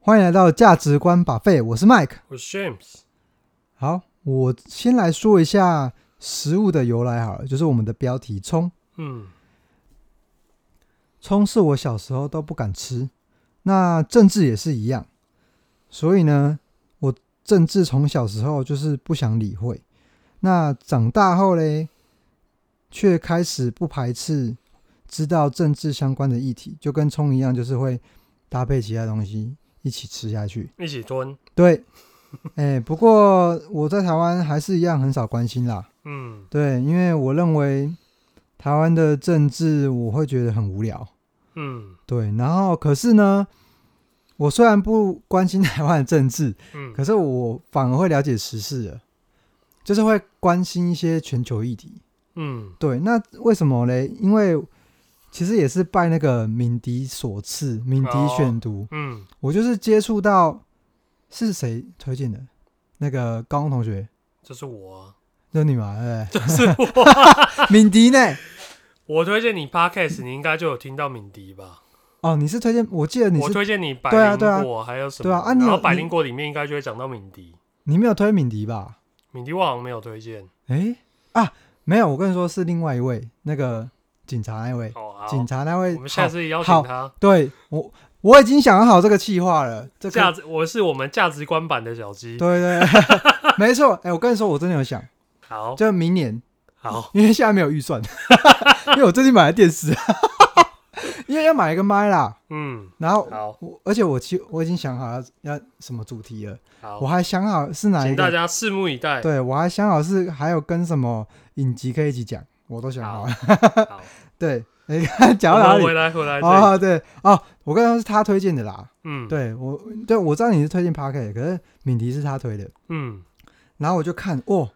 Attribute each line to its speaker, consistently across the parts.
Speaker 1: 欢迎来到价值观把费，我是 Mike。
Speaker 2: 我是，Oh, James，
Speaker 1: 好，我先来说一下食物的由来好了，就是我们的标题葱。
Speaker 2: 嗯，
Speaker 1: 葱是我小时候都不敢吃，那政治也是一样，所以呢，我政治从小时候就是不想理会，那长大后嘞，却开始不排斥知道政治相关的议题，就跟葱一样，就是会搭配其他东西一起吃下去。
Speaker 2: 一起蹲，
Speaker 1: 对，哎、不过我在台湾还是一样很少关心啦。
Speaker 2: 嗯，
Speaker 1: 对，因为我认为台湾的政治我会觉得很无聊。
Speaker 2: 嗯
Speaker 1: 对，然后可是呢，我虽然不关心 台湾的政治，
Speaker 2: 嗯
Speaker 1: 可是我反而会了解时事了，就是会关心一些全球议题。
Speaker 2: 嗯
Speaker 1: 对，那为什么嘞？因为其实也是拜那个敏迪所赐，敏迪
Speaker 2: 哦
Speaker 1: 选读，
Speaker 2: 嗯，
Speaker 1: 我就是接触到是谁推荐的？那个高中同学，
Speaker 2: 这是我啊，
Speaker 1: 就你嘛，对不
Speaker 2: 这是我 啊，
Speaker 1: 对？敏迪呢？
Speaker 2: 我推荐你 Podcast，你应该就有听到敏迪吧？
Speaker 1: 哦，你是推荐？我记得你
Speaker 2: 我
Speaker 1: 是
Speaker 2: 推荐你百
Speaker 1: 对啊对
Speaker 2: 灵
Speaker 1: 啊
Speaker 2: 果，还有什么？
Speaker 1: 对啊啊你
Speaker 2: 然后
Speaker 1: 有
Speaker 2: 百
Speaker 1: 你
Speaker 2: 灵果里面应该就会讲到敏迪，
Speaker 1: 你没有推敏迪吧？
Speaker 2: 敏迪我好像没有推荐
Speaker 1: 诶啊，没有，我跟你说是另外一位那个警察那位，
Speaker 2: 哦，好，
Speaker 1: 警察那位，
Speaker 2: 我们下
Speaker 1: 好
Speaker 2: 次邀
Speaker 1: 好
Speaker 2: 请他。
Speaker 1: 对我我已经想好这个计划了，这
Speaker 2: 价
Speaker 1: 个
Speaker 2: 值，我是我们价值观版的小鸡。
Speaker 1: 对对 对，没错，哎、我跟你说，我真的有想，
Speaker 2: 好，
Speaker 1: 就明年，
Speaker 2: 好，
Speaker 1: 因为现在没有预算， 因为我最近买了电视， 因为要买一个麦啦，
Speaker 2: 嗯，
Speaker 1: 然后
Speaker 2: 好，
Speaker 1: 我而且我其我已经想好要要什么主题了，我
Speaker 2: 好，
Speaker 1: 还想好是哪一
Speaker 2: 请大
Speaker 1: 个，
Speaker 2: 家拭目以待。
Speaker 1: 对我还想好是还有跟什么影集可以一起讲，我都想好
Speaker 2: 好
Speaker 1: 了。，
Speaker 2: 好，
Speaker 1: 对，哎， 讲
Speaker 2: 我
Speaker 1: 到哪
Speaker 2: 们
Speaker 1: 里
Speaker 2: 回？来回来这里，
Speaker 1: 哦，对哦，我刚刚是他推荐的啦。
Speaker 2: 嗯，，
Speaker 1: 对我，对我知道你是推荐 p a r k 可是敏迪是他推的。
Speaker 2: 嗯，
Speaker 1: 然后我就看，哦，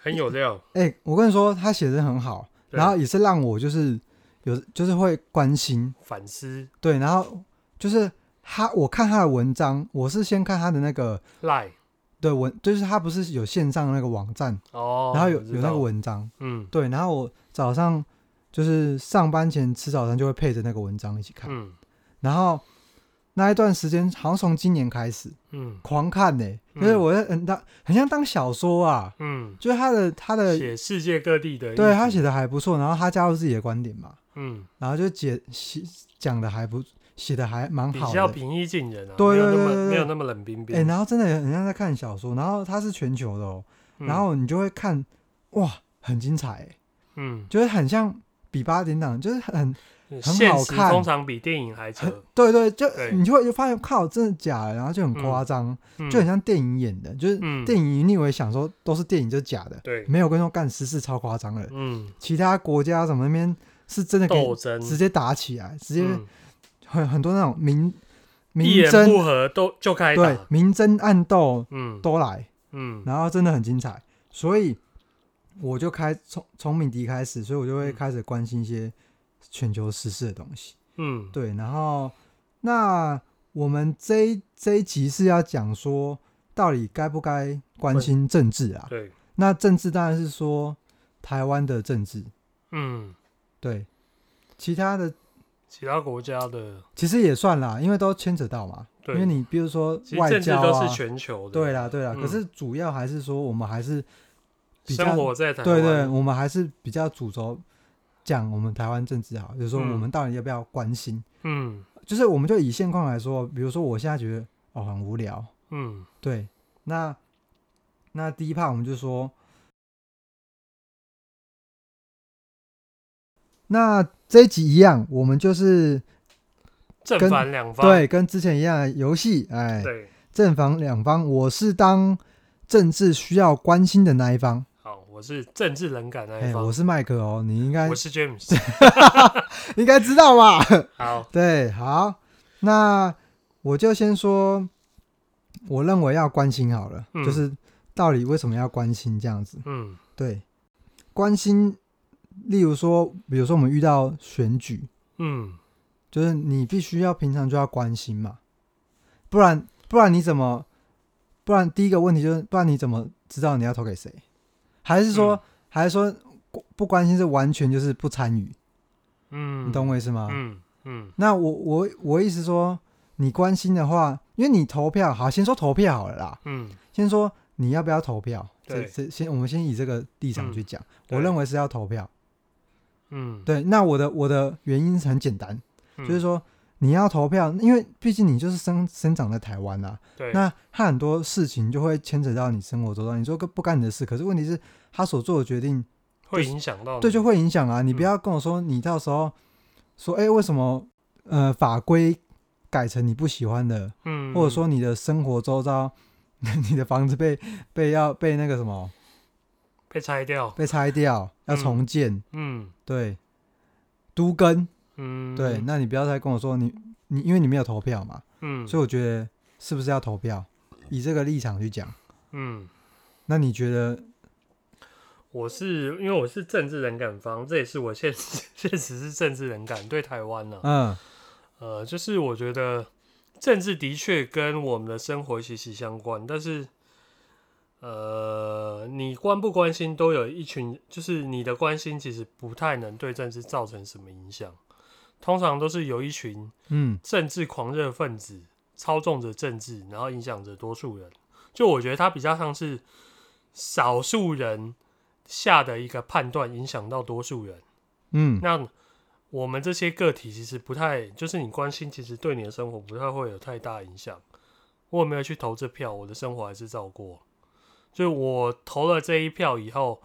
Speaker 2: 很有料。
Speaker 1: 哎，我跟你说，他写的很好，
Speaker 2: 对
Speaker 1: 然后也是让我就是有就是会关心，
Speaker 2: 反思
Speaker 1: 对，然后就是他，我看他的文章，我是先看他的那个
Speaker 2: 赖
Speaker 1: 对文，就是他不是有线上那个网站，
Speaker 2: 哦，
Speaker 1: 然后有
Speaker 2: 我知
Speaker 1: 有那个
Speaker 2: 道
Speaker 1: 文章，
Speaker 2: 嗯
Speaker 1: 对，然后我早上就是上班前吃早餐就会配着那个文章一起看，
Speaker 2: 嗯
Speaker 1: 然后那一段时间好像从今年开始
Speaker 2: 嗯
Speaker 1: 狂看呢、因为
Speaker 2: 嗯
Speaker 1: 我在很当很像当小说啊，
Speaker 2: 嗯，
Speaker 1: 就是他的他的
Speaker 2: 写世界各地的，
Speaker 1: 对他，写的还不错，然后他加入自己的观点嘛，
Speaker 2: 嗯，
Speaker 1: 然后就解写讲的还不写的还蛮
Speaker 2: 比
Speaker 1: 好
Speaker 2: 较
Speaker 1: 的，
Speaker 2: 平易近人啊，
Speaker 1: 对
Speaker 2: 没有
Speaker 1: 对对对
Speaker 2: 那么
Speaker 1: 对
Speaker 2: 没有那么冷冰
Speaker 1: 哎、
Speaker 2: 冰。
Speaker 1: 然后真的很像在看小说，然后它是全球的哦，
Speaker 2: 嗯
Speaker 1: 然后你就会看哇，很精彩、欸，
Speaker 2: 嗯，
Speaker 1: 就是很像比八点档，就是很好
Speaker 2: 现实
Speaker 1: 看
Speaker 2: 通常比电影还扯，
Speaker 1: 对对，就
Speaker 2: 对
Speaker 1: 你就会发现靠，真的假的，然后就很夸张，
Speaker 2: 嗯
Speaker 1: 就很像电影演的，就是
Speaker 2: 嗯
Speaker 1: 电影你以为想说都是电影就是假的，
Speaker 2: 对，
Speaker 1: 没有跟你说干实事超夸张的，
Speaker 2: 嗯，
Speaker 1: 其他国家什么那边是真的给
Speaker 2: 斗争，
Speaker 1: 直接打起来，直接
Speaker 2: 嗯
Speaker 1: 很很多那种明
Speaker 2: 一
Speaker 1: 明
Speaker 2: 言
Speaker 1: 争
Speaker 2: 不合都就开
Speaker 1: 对
Speaker 2: 打，
Speaker 1: 明争暗斗
Speaker 2: 嗯
Speaker 1: 都来，
Speaker 2: 嗯
Speaker 1: 然后真的很精彩，所以我就开从从敏迪开始，所以我就会
Speaker 2: 嗯
Speaker 1: 开始关心一些全球时事的东西。
Speaker 2: 嗯，
Speaker 1: 对，然后那我们这一这一集是要讲说，到底该不该关心政治啊？
Speaker 2: 对，
Speaker 1: 那政治当然是说台湾的政治，
Speaker 2: 嗯，
Speaker 1: 对，其他的
Speaker 2: 其他国家的，
Speaker 1: 其实也算啦，因为都牵扯到嘛。因
Speaker 2: 对
Speaker 1: 为你比如说
Speaker 2: 其实
Speaker 1: 外
Speaker 2: 政治
Speaker 1: 交
Speaker 2: 都
Speaker 1: 啊
Speaker 2: 是，全球的，
Speaker 1: 对啦对啦，
Speaker 2: 嗯
Speaker 1: 可是主要还是说我们还是比较
Speaker 2: 生活在台
Speaker 1: 对对，
Speaker 2: 湾，
Speaker 1: 我们还是比较主轴讲我们台湾政治好，就是说
Speaker 2: 嗯
Speaker 1: 我们到底要不要关心？
Speaker 2: 嗯
Speaker 1: 就是我们就以现况来说，比如说我现在觉得哦很无聊，
Speaker 2: 嗯
Speaker 1: 对，那那第一趴我们就说，那这一集一样，我们就是
Speaker 2: 正
Speaker 1: 跟
Speaker 2: 反两方，
Speaker 1: 对跟之前一样的游戏，哎，
Speaker 2: 对，
Speaker 1: 正反两方，我是当政治需要关心的那一方，
Speaker 2: 好，我是政治冷感那
Speaker 1: 哎，
Speaker 2: 一方，
Speaker 1: 我是麦克哦，你应该
Speaker 2: 我是 James。
Speaker 1: 应该知道吧？
Speaker 2: 好，
Speaker 1: 对，好，那我就先说，我认为要关心好了，
Speaker 2: 嗯
Speaker 1: 就是到底为什么要关心这样子。
Speaker 2: 嗯
Speaker 1: 对，关心，例如说，比如说我们遇到选举，
Speaker 2: 嗯
Speaker 1: 就是你必须要平常就要关心嘛，不然不然你怎么，不然第一个问题就是，不然你怎么知道你要投给谁？还是说，
Speaker 2: 嗯
Speaker 1: 还是说不关心是完全就是不参与？
Speaker 2: 嗯，
Speaker 1: 你懂我意思吗？
Speaker 2: 嗯嗯
Speaker 1: 那我我我意思说，你关心的话，因为你投票，好，先说投票好了啦，
Speaker 2: 嗯，
Speaker 1: 先说你要不要投票，这
Speaker 2: 对嗯
Speaker 1: 这先我们先以这个立场去讲，
Speaker 2: 对
Speaker 1: 我认为是要投票。
Speaker 2: 嗯，
Speaker 1: 对，那我的我的原因是很简单，
Speaker 2: 嗯
Speaker 1: 就是说你要投票，因为毕竟你就是生生长在台湾啦、啊
Speaker 2: 对，
Speaker 1: 那他很多事情就会牵扯到你生活周遭，你说跟不干你的事，可是问题是他所做的决定，
Speaker 2: 会
Speaker 1: 就是
Speaker 2: 影响到你
Speaker 1: 对，就会影响啊。你不
Speaker 2: 哦嗯
Speaker 1: 要跟我说你到时候说，哎、为什么呃法规改成你不喜欢的，
Speaker 2: 嗯，
Speaker 1: 或者说你的生活周遭， 你的房子被被要被那个什么
Speaker 2: 被拆掉，
Speaker 1: 被拆掉，要
Speaker 2: 嗯
Speaker 1: 重建，
Speaker 2: 嗯
Speaker 1: 对，都跟
Speaker 2: 嗯，
Speaker 1: 对，那你不要再跟我说你你，因为你没有投票嘛，
Speaker 2: 嗯
Speaker 1: 所以我觉得是不是要投票？以这个立场去讲，
Speaker 2: 嗯，
Speaker 1: 那你觉得
Speaker 2: 我是因为我是政治冷感方，这也是我现实 现实是政治冷感对台湾呢、
Speaker 1: 嗯
Speaker 2: 呃，就是我觉得政治的确跟我们的生活息息相关，但是，呃，你关不关心都有一群，就是你的关心其实不太能对政治造成什么影响，通常都是有一群
Speaker 1: 嗯
Speaker 2: 政治狂热分子操纵着政治，然后影响着多数人。就我觉得他比较像是少数人下的一个判断，影响到多数人。
Speaker 1: 嗯
Speaker 2: 那我们这些个体其实不太，就是你关心，其实对你的生活不太会有太大影响。我没有去投这票，我的生活还是照过。就我投了这一票以后，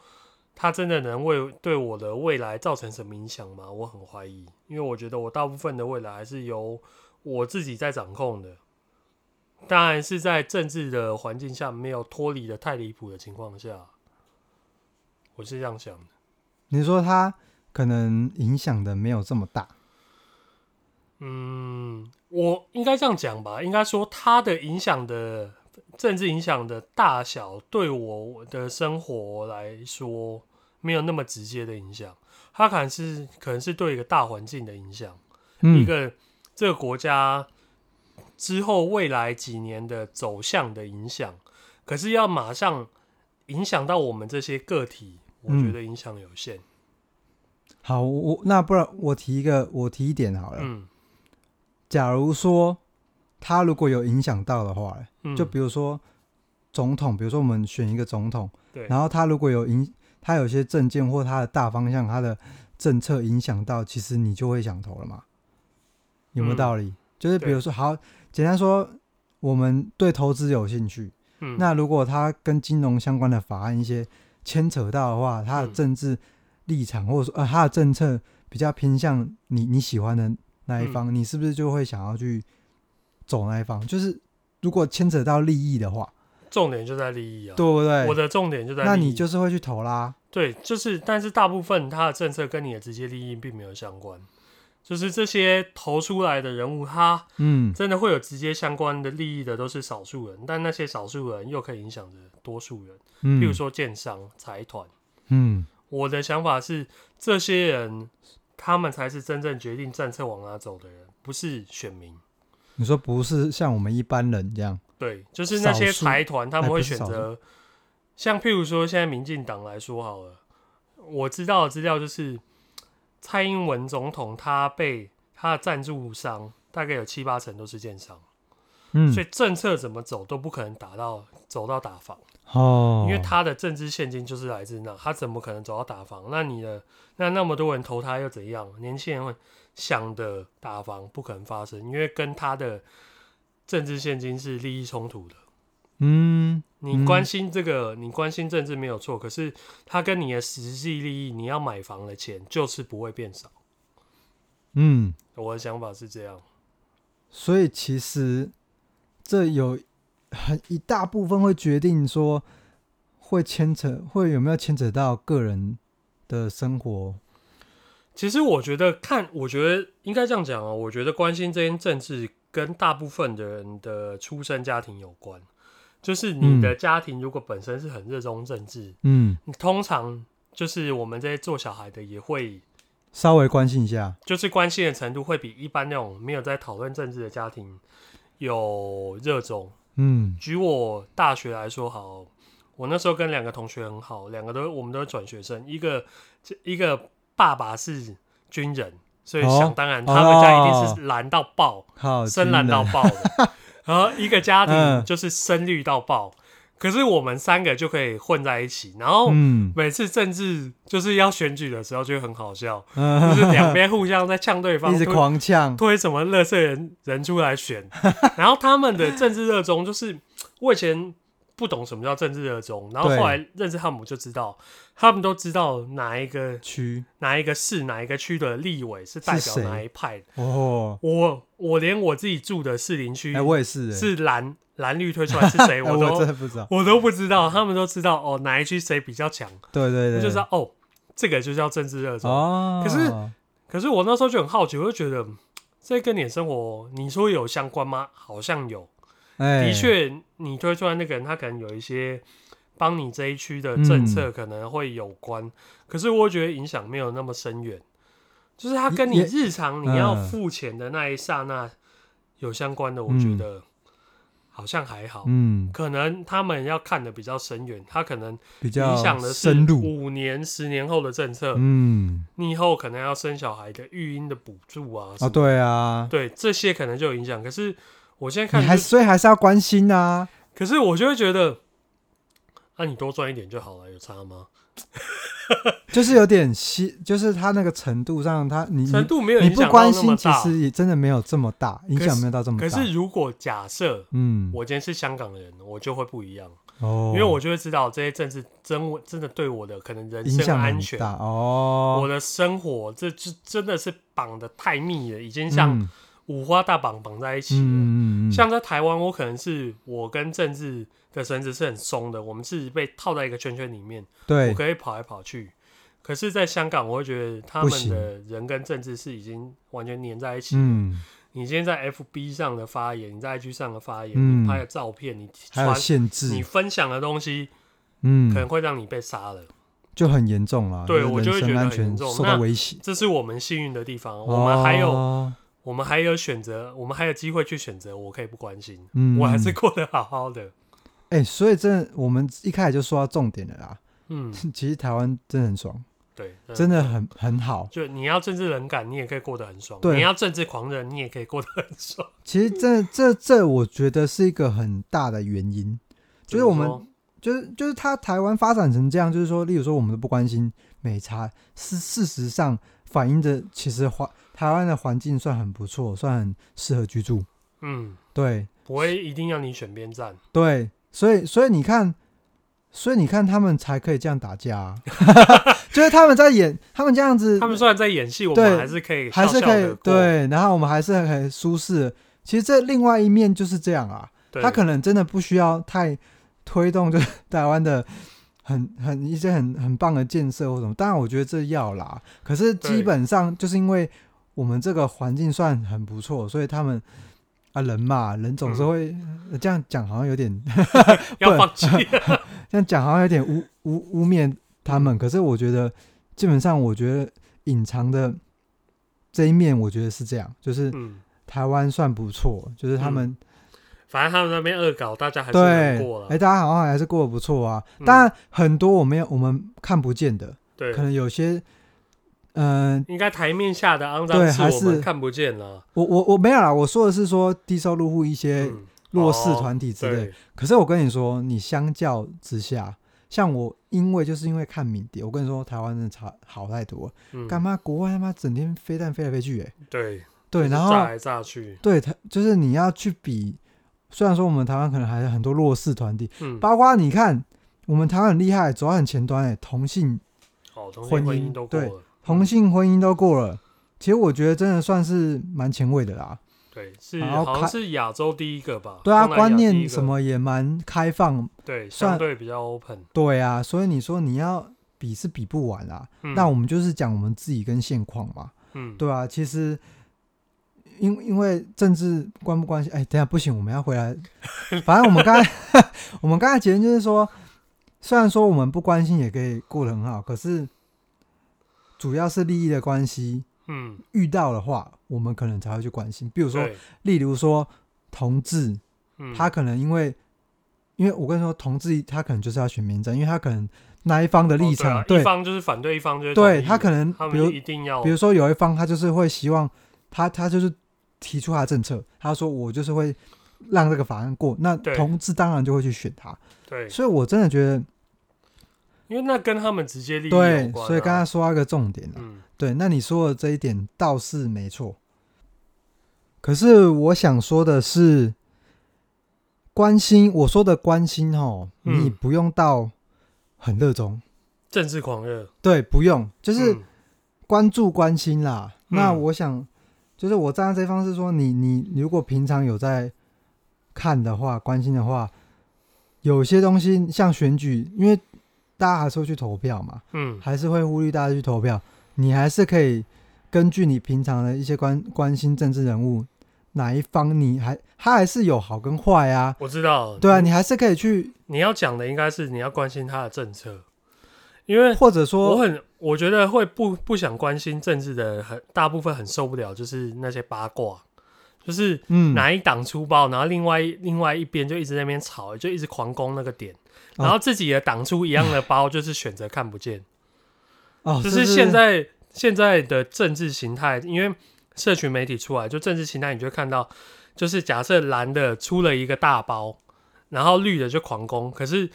Speaker 2: 它真的能为对我的未来造成什么影响吗？我很怀疑，因为我觉得我大部分的未来还是由我自己在掌控的。当然是在政治的环境下没有脱离的太离谱的情况下，我是这样想的。
Speaker 1: 你说他可能影响的没有这么大，
Speaker 2: 嗯，我应该这样讲吧，应该说它的影响的政治影响的大小，对我的生活来说没有那么直接的影响，它可能是可能是对一个大环境的影响，一
Speaker 1: 嗯
Speaker 2: 个这个国家之后未来几年的走向的影响，可是要马上影响到我们这些个体，我觉
Speaker 1: 嗯
Speaker 2: 得影响有限。
Speaker 1: 好，我我那不然我提一个，我提一点好了。
Speaker 2: 嗯
Speaker 1: 假如说他如果有影响到的话，
Speaker 2: 嗯，
Speaker 1: 就比如说总统，比如说我们选一个总统，
Speaker 2: 对
Speaker 1: 然后他如果有影，他有些政见或他的大方向，他的政策影响到，其实你就会想投了嘛，有没有
Speaker 2: 嗯
Speaker 1: 道理？就是比如说，好，简单说，我们对投资有兴趣，
Speaker 2: 嗯
Speaker 1: 那如果他跟金融相关的法案一些牵扯到的话，他的
Speaker 2: 嗯
Speaker 1: 政治立场或者说呃他的政策比较偏向你你喜欢的那一
Speaker 2: 嗯
Speaker 1: 方，你是不是就会想要去走那一方？就是如果牵扯到利益的话，
Speaker 2: 重点就在利益啊。
Speaker 1: 对不对？
Speaker 2: 我的重点就在利益，
Speaker 1: 那
Speaker 2: 啊
Speaker 1: 你就是会去投啦。
Speaker 2: 对，就是，但是大部分他的政策跟你的直接利益并没有相关，就是这些投出来的人物，他
Speaker 1: 嗯，
Speaker 2: 真的会有直接相关的利益的都是少数人，但那些少数人又可以影响着多数人，
Speaker 1: 譬
Speaker 2: 譬如，说建商、财团。
Speaker 1: 嗯
Speaker 2: 我的想法是，这些人他们才是真正决定政策往哪走的人，不是选民。
Speaker 1: 你说不是像我们一般人这样，
Speaker 2: 对，就是那些
Speaker 1: 少数
Speaker 2: 财团他们
Speaker 1: 哎
Speaker 2: 会
Speaker 1: 不是
Speaker 2: 选
Speaker 1: 少数
Speaker 2: 择，像譬如说现在民进党来说好了，我知道的资料就是蔡英文总统他被他的赞助商大概有七八成都是建商，
Speaker 1: 嗯
Speaker 2: 所以政策怎么走都不可能打到走到打房，
Speaker 1: 哦，
Speaker 2: 因为他的政治现金就是来自那，他怎么可能走到打房？那你的那那么多人投他又怎样？年轻人会想的打房不可能发生，因为跟他的政治现金是利益冲突的。
Speaker 1: 嗯
Speaker 2: 你关心这个，你关心政治没有错，可是它跟你的实际利益，你要买房的钱就是不会变少。
Speaker 1: 嗯，
Speaker 2: 我的想法是这样，
Speaker 1: 所以其实这有很一大部分会决定说会牵扯，会有没有牵扯到个人的生活。
Speaker 2: 其实我觉得看，我觉得应该这样讲哦，我觉得关心这件政治跟大部分的人的出生家庭有关，就是你的家庭如果本身是很热衷政治，
Speaker 1: 嗯，
Speaker 2: 你通常就是我们这些做小孩的也会。
Speaker 1: 稍微关心一下。
Speaker 2: 就是关心的程度会比一般那种没有在讨论政治的家庭有热衷，
Speaker 1: 嗯
Speaker 2: 举我大学来说好，我那时候跟两个同学很好，两个都我们都是转学生，一个这一个爸爸是军人，所以
Speaker 1: 哦
Speaker 2: 想当然他们家一定
Speaker 1: 哦
Speaker 2: 是蓝到爆，
Speaker 1: 好，
Speaker 2: 深蓝到
Speaker 1: 军人
Speaker 2: 爆的。然后一个家庭
Speaker 1: 嗯
Speaker 2: 就是深绿到爆，可是我们三个就可以混在一起，然后
Speaker 1: 嗯
Speaker 2: 每次政治就是要选举的时候就会很 好笑，就
Speaker 1: 嗯，
Speaker 2: 是两边互相在呛对方，
Speaker 1: 一直
Speaker 2: 推
Speaker 1: 狂呛，
Speaker 2: 推什么乐色人人出 来选，然后他们的政治热衷就是我以前不懂什么叫政治热衷，然后
Speaker 1: 对
Speaker 2: 后来认识汉姆就知道，他们都知道哪一个
Speaker 1: 区
Speaker 2: 哪一个市哪一个区的立委是代表
Speaker 1: 是谁
Speaker 2: 哪一派的。
Speaker 1: 哦，
Speaker 2: 我我连我自己住的士林区
Speaker 1: 哎，我也是，哎
Speaker 2: 是蓝蓝绿推出来是
Speaker 1: 哎，
Speaker 2: 谁，我
Speaker 1: 我
Speaker 2: 都
Speaker 1: 真的不 知道，
Speaker 2: 我都不知道，他们都知道哦哪一区谁比较强，
Speaker 1: 对对
Speaker 2: 我
Speaker 1: 对，
Speaker 2: 就知道哦这个就叫政治热衷。
Speaker 1: 哦，
Speaker 2: 可是可是我那时候就很好奇，我就觉得嗯这跟你的生活，你说有相关吗？好像有，
Speaker 1: 哎，
Speaker 2: 的确，你推出来那个人，他可能有一些帮你这一区的政
Speaker 1: 嗯
Speaker 2: 策可能会有关，可是我觉得影响没有那么深远，就是他跟你
Speaker 1: 也
Speaker 2: 日常你要
Speaker 1: 嗯
Speaker 2: 付钱的那一刹那有相关的，我
Speaker 1: 嗯
Speaker 2: 觉得好像还好。
Speaker 1: 嗯，
Speaker 2: 可能他们要看的比较深远，他可能
Speaker 1: 比
Speaker 2: 影
Speaker 1: 较
Speaker 2: 响的是
Speaker 1: 深入，
Speaker 2: 五年、十年后的政策，
Speaker 1: 嗯，
Speaker 2: 你以后可能要生小孩的育婴的补助啊什
Speaker 1: 哦，
Speaker 2: 么，
Speaker 1: 对啊，
Speaker 2: 对这些可能就有影响。可是我现在
Speaker 1: 你
Speaker 2: 看
Speaker 1: 还
Speaker 2: 就是，
Speaker 1: 所以还是要关心啊，
Speaker 2: 可是我就会觉得，啊，你多赚一点就好了，有差吗？
Speaker 1: 就是有点稀，就是他那个程度上，他你
Speaker 2: 程
Speaker 1: 你
Speaker 2: 度没有
Speaker 1: 你
Speaker 2: 影
Speaker 1: 不
Speaker 2: 响到
Speaker 1: 关
Speaker 2: 那么
Speaker 1: 心，其
Speaker 2: 大。
Speaker 1: 实也嗯真的没有这么大影
Speaker 2: 可
Speaker 1: 响，
Speaker 2: 是
Speaker 1: 没有到这么大。
Speaker 2: 可是如果假设
Speaker 1: 嗯，
Speaker 2: 我今天是香港人，我就会不一样，
Speaker 1: 哦，
Speaker 2: 因为我就会知道这些政治真真的对我的可能人
Speaker 1: 哦影
Speaker 2: 身
Speaker 1: 响
Speaker 2: 安
Speaker 1: 很
Speaker 2: 全。
Speaker 1: 大哦，
Speaker 2: 我的生活，这这真的是绑的太密了，已经像
Speaker 1: 嗯
Speaker 2: 五花大绑绑在一起了。
Speaker 1: 嗯嗯嗯，
Speaker 2: 像在台湾，我可能是我跟政治的绳子是很松的，我们是被套在一个圈圈里面，我
Speaker 1: 对，
Speaker 2: 可以跑来跑去。可是，在香港，我会觉得他
Speaker 1: 不
Speaker 2: 们
Speaker 1: 行
Speaker 2: 的人跟政治是已经完全粘在一起。
Speaker 1: 嗯，
Speaker 2: 你今天在 FB 上的发言，你在 IG 上的发言，
Speaker 1: 嗯
Speaker 2: 你拍的照片，你
Speaker 1: 还有
Speaker 2: 传
Speaker 1: 限
Speaker 2: 你
Speaker 1: 制，
Speaker 2: 分享的东西，可能
Speaker 1: 嗯，
Speaker 2: 会让你被杀了。
Speaker 1: 就很严重了，
Speaker 2: 对
Speaker 1: 是
Speaker 2: 我就会
Speaker 1: 人
Speaker 2: 觉
Speaker 1: 身
Speaker 2: 得
Speaker 1: 安
Speaker 2: 很
Speaker 1: 全
Speaker 2: 严重
Speaker 1: 受
Speaker 2: 那
Speaker 1: 到威胁。
Speaker 2: 这是我们幸运的地方。我们还有，
Speaker 1: 哦
Speaker 2: 我们还有选择，我们还有机会去选择。我可以不关心，
Speaker 1: 嗯，
Speaker 2: 我还是
Speaker 1: 嗯
Speaker 2: 过得好好的。
Speaker 1: 哎，所以真的，我们一开始就说到重点了啦。
Speaker 2: 嗯，
Speaker 1: 其实台湾真的很爽，
Speaker 2: 对，
Speaker 1: 真的很很好。
Speaker 2: 就你要政治冷感，你也可以过得很爽；
Speaker 1: 对
Speaker 2: 你要政治狂人，你也可以过得很爽。
Speaker 1: 其实这这这，我觉得是一个很大的原因， 就是我们
Speaker 2: 怎么
Speaker 1: 就是就是它台湾发展成这样，就是说，例如说我们都不关心美差，是事实上反映着其实环台湾的环境算很不错，算很适合居住。
Speaker 2: 说嗯，
Speaker 1: 对
Speaker 2: 不会一定要你选边站。
Speaker 1: 对，所以所以你看，所以你看他们才可以这样打架、 啊，就是他们在演，他们这样子
Speaker 2: 他们虽然在演戏，我
Speaker 1: 对
Speaker 2: 们还是可以
Speaker 1: 还是可
Speaker 2: 笑笑
Speaker 1: 以
Speaker 2: 地过。
Speaker 1: 对，然后我们还是很舒适的。其实这另外一面就是这样啊，
Speaker 2: 对，
Speaker 1: 他可能真的不需要太推动， 就是台湾的很很一些很很棒的建设或什么。当然，我觉得这要啦。可是基
Speaker 2: 对
Speaker 1: 本上就是因为我们这个环境算很不错，所以他们啊人嘛，人总是
Speaker 2: 嗯
Speaker 1: 会、呃这样讲，好像有点
Speaker 2: 要
Speaker 1: 不
Speaker 2: 放弃。
Speaker 1: 这样讲好像有点污污污蔑他们。可是我觉得基本上，我觉得隐藏的这一面，我觉得是这样，就是
Speaker 2: 嗯，
Speaker 1: 台湾算不错，就是他
Speaker 2: 嗯
Speaker 1: 们
Speaker 2: 反正他们那边恶搞，大家还是
Speaker 1: 对，
Speaker 2: 难过了。
Speaker 1: 哎、大家好像还是过得不错啊。
Speaker 2: 嗯
Speaker 1: 当然，很多我没有我们看不见的，
Speaker 2: 对
Speaker 1: 可，能有些，嗯、
Speaker 2: 应该台面下的肮脏
Speaker 1: 对还
Speaker 2: 事我们
Speaker 1: 是
Speaker 2: 看不见了。
Speaker 1: 我我我没有啦，我说的是说低收入户一些
Speaker 2: 嗯，
Speaker 1: 弱势
Speaker 2: 哦
Speaker 1: 团体之类。
Speaker 2: 对，
Speaker 1: 可是我跟你说，你相较之下，像我，因为就是因为看敏迪，我跟你说，台湾真的差好太多了。
Speaker 2: 嗯
Speaker 1: 干、嘛国外他妈整天飞弹飞来飞去、哎，
Speaker 2: 对
Speaker 1: 对，
Speaker 2: 就是
Speaker 1: 然后
Speaker 2: 炸来炸去。
Speaker 1: 对他就是你要去比，虽然说我们台湾可能还有很多弱势团体，
Speaker 2: 嗯，
Speaker 1: 包括你看，我们台湾很厉害，走到很前端诶，欸同性
Speaker 2: 哦，同性
Speaker 1: 婚
Speaker 2: 婚
Speaker 1: 姻
Speaker 2: 姻都过
Speaker 1: 对
Speaker 2: 了。
Speaker 1: 同性婚姻都过了，其实我觉得真的算是蛮前卫的啦。
Speaker 2: 对，是
Speaker 1: 然后
Speaker 2: 好像
Speaker 1: 开
Speaker 2: 是亚洲第一个吧？
Speaker 1: 对啊，
Speaker 2: 东南亚
Speaker 1: 观
Speaker 2: 第一
Speaker 1: 念
Speaker 2: 个
Speaker 1: 什么也蛮开放，
Speaker 2: 对，
Speaker 1: 算
Speaker 2: 相对比较 open。
Speaker 1: 对啊，所以你说你要比是比不完啦。
Speaker 2: 嗯
Speaker 1: 那我们就是讲我们自己跟现况嘛，
Speaker 2: 嗯，
Speaker 1: 对啊，其实。因因为政治关不关心？哎，等一下不行，我们要回来。反正我们刚才， 我们刚才结论就是说，虽然说我们不关心也可以过得很好，可是主要是利益的关系，
Speaker 2: 嗯，
Speaker 1: 遇到的话，我们可能才会去关心。比如说，
Speaker 2: 对，
Speaker 1: 例如说同志，
Speaker 2: 嗯
Speaker 1: 他可能因为，因为我跟你说，同志他可能就是要选民战，因为他可能那一方的立场，
Speaker 2: 哦对啊
Speaker 1: 对
Speaker 2: 一方就是反对，一方就是
Speaker 1: 对
Speaker 2: 同意
Speaker 1: 他可能
Speaker 2: 他们
Speaker 1: 比
Speaker 2: 就
Speaker 1: 如
Speaker 2: 一定要
Speaker 1: 比如说有一方他就是会希望他他就是提出他的政策，他说我就是会让这个法案过，那
Speaker 2: 对
Speaker 1: 同志当然就会去选他。
Speaker 2: 对，
Speaker 1: 所以我真的觉得
Speaker 2: 因为那跟他们直接利益有关、
Speaker 1: 对
Speaker 2: 啊。，
Speaker 1: 所以刚才说到一个重点了、啊
Speaker 2: 嗯，
Speaker 1: 对，那你说的这一点倒是没错。可是我想说的是，关心我说的关心哦，
Speaker 2: 嗯
Speaker 1: 你不用到很热衷，
Speaker 2: 政治狂热
Speaker 1: 对，不用，就是
Speaker 2: 嗯
Speaker 1: 关注关心啦。
Speaker 2: 嗯
Speaker 1: 那我想，就是我站在这方是说，你你你如果平常有在看的话，关心的话，有些东西像选举，因为大家还是会去投票嘛，
Speaker 2: 嗯
Speaker 1: 还是会呼吁大家去投票，你还是可以根据你平常的一些关关心政治人物哪一方，你还他还是有好跟坏啊。
Speaker 2: 我知道。
Speaker 1: 对啊，你还是可以去，
Speaker 2: 你要讲的应该是你要关心他的政策，因为
Speaker 1: 或者说
Speaker 2: 我很我觉得会不不想关心政治的人很大部分很受不了，就是那些八卦，就是
Speaker 1: 嗯，
Speaker 2: 哪一党出包，然后另外一另外一边就一直在那边吵，就一直狂攻那个点，
Speaker 1: 哦
Speaker 2: 然后自己也挡出一样的包，就是选择看不见。
Speaker 1: 哦，
Speaker 2: 就
Speaker 1: 这
Speaker 2: 是现在现在的政治形态，因为社群媒体出来，就政治形态，你就会看到，就是假设蓝的出了一个大包，然后绿的就狂攻，可是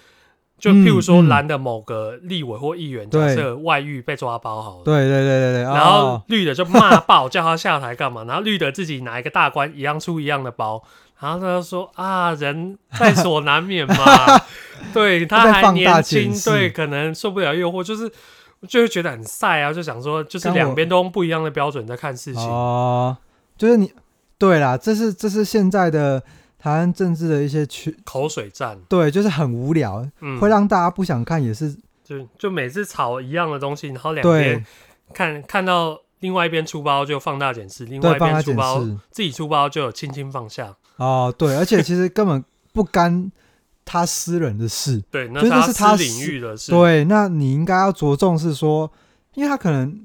Speaker 2: 就譬如说
Speaker 1: 嗯嗯
Speaker 2: 蓝的某个立委或议员，假
Speaker 1: 对
Speaker 2: 设外遇被抓包好了。
Speaker 1: 对对对对对，
Speaker 2: 然后
Speaker 1: 哦
Speaker 2: 绿的就骂爆，叫他下台干嘛？然后绿的自己拿一个大官，一样出一样的包。然后他就说啊，人在所难 免嘛，对他
Speaker 1: 被
Speaker 2: 还
Speaker 1: 放大
Speaker 2: 年轻
Speaker 1: 检，视
Speaker 2: 对，可能受不了诱惑，就是就会觉得很晒啊，就想说，就是
Speaker 1: 刚我
Speaker 2: 两边都用不一样的标准在看事情。
Speaker 1: 哦，就是你对啦，这是这是现在的台湾政治的一些缺，
Speaker 2: 口水战，
Speaker 1: 对，就是很无聊，
Speaker 2: 嗯，
Speaker 1: 会让大家不想看，也是
Speaker 2: 就就每次炒一样的东西，然后两
Speaker 1: 对
Speaker 2: 边看看到另外一边出包就放大检视，另外
Speaker 1: 对
Speaker 2: 一
Speaker 1: 放
Speaker 2: 边
Speaker 1: 大
Speaker 2: 出
Speaker 1: 检
Speaker 2: 包
Speaker 1: 视
Speaker 2: 自己出包就有轻轻放下，
Speaker 1: 哦，对，而且其实根本不干他私人的事，
Speaker 2: 对，那
Speaker 1: 就是那
Speaker 2: 他
Speaker 1: 是他
Speaker 2: 私领
Speaker 1: 私
Speaker 2: 域的 事，
Speaker 1: 对，那你应该要着重是说，因为他可能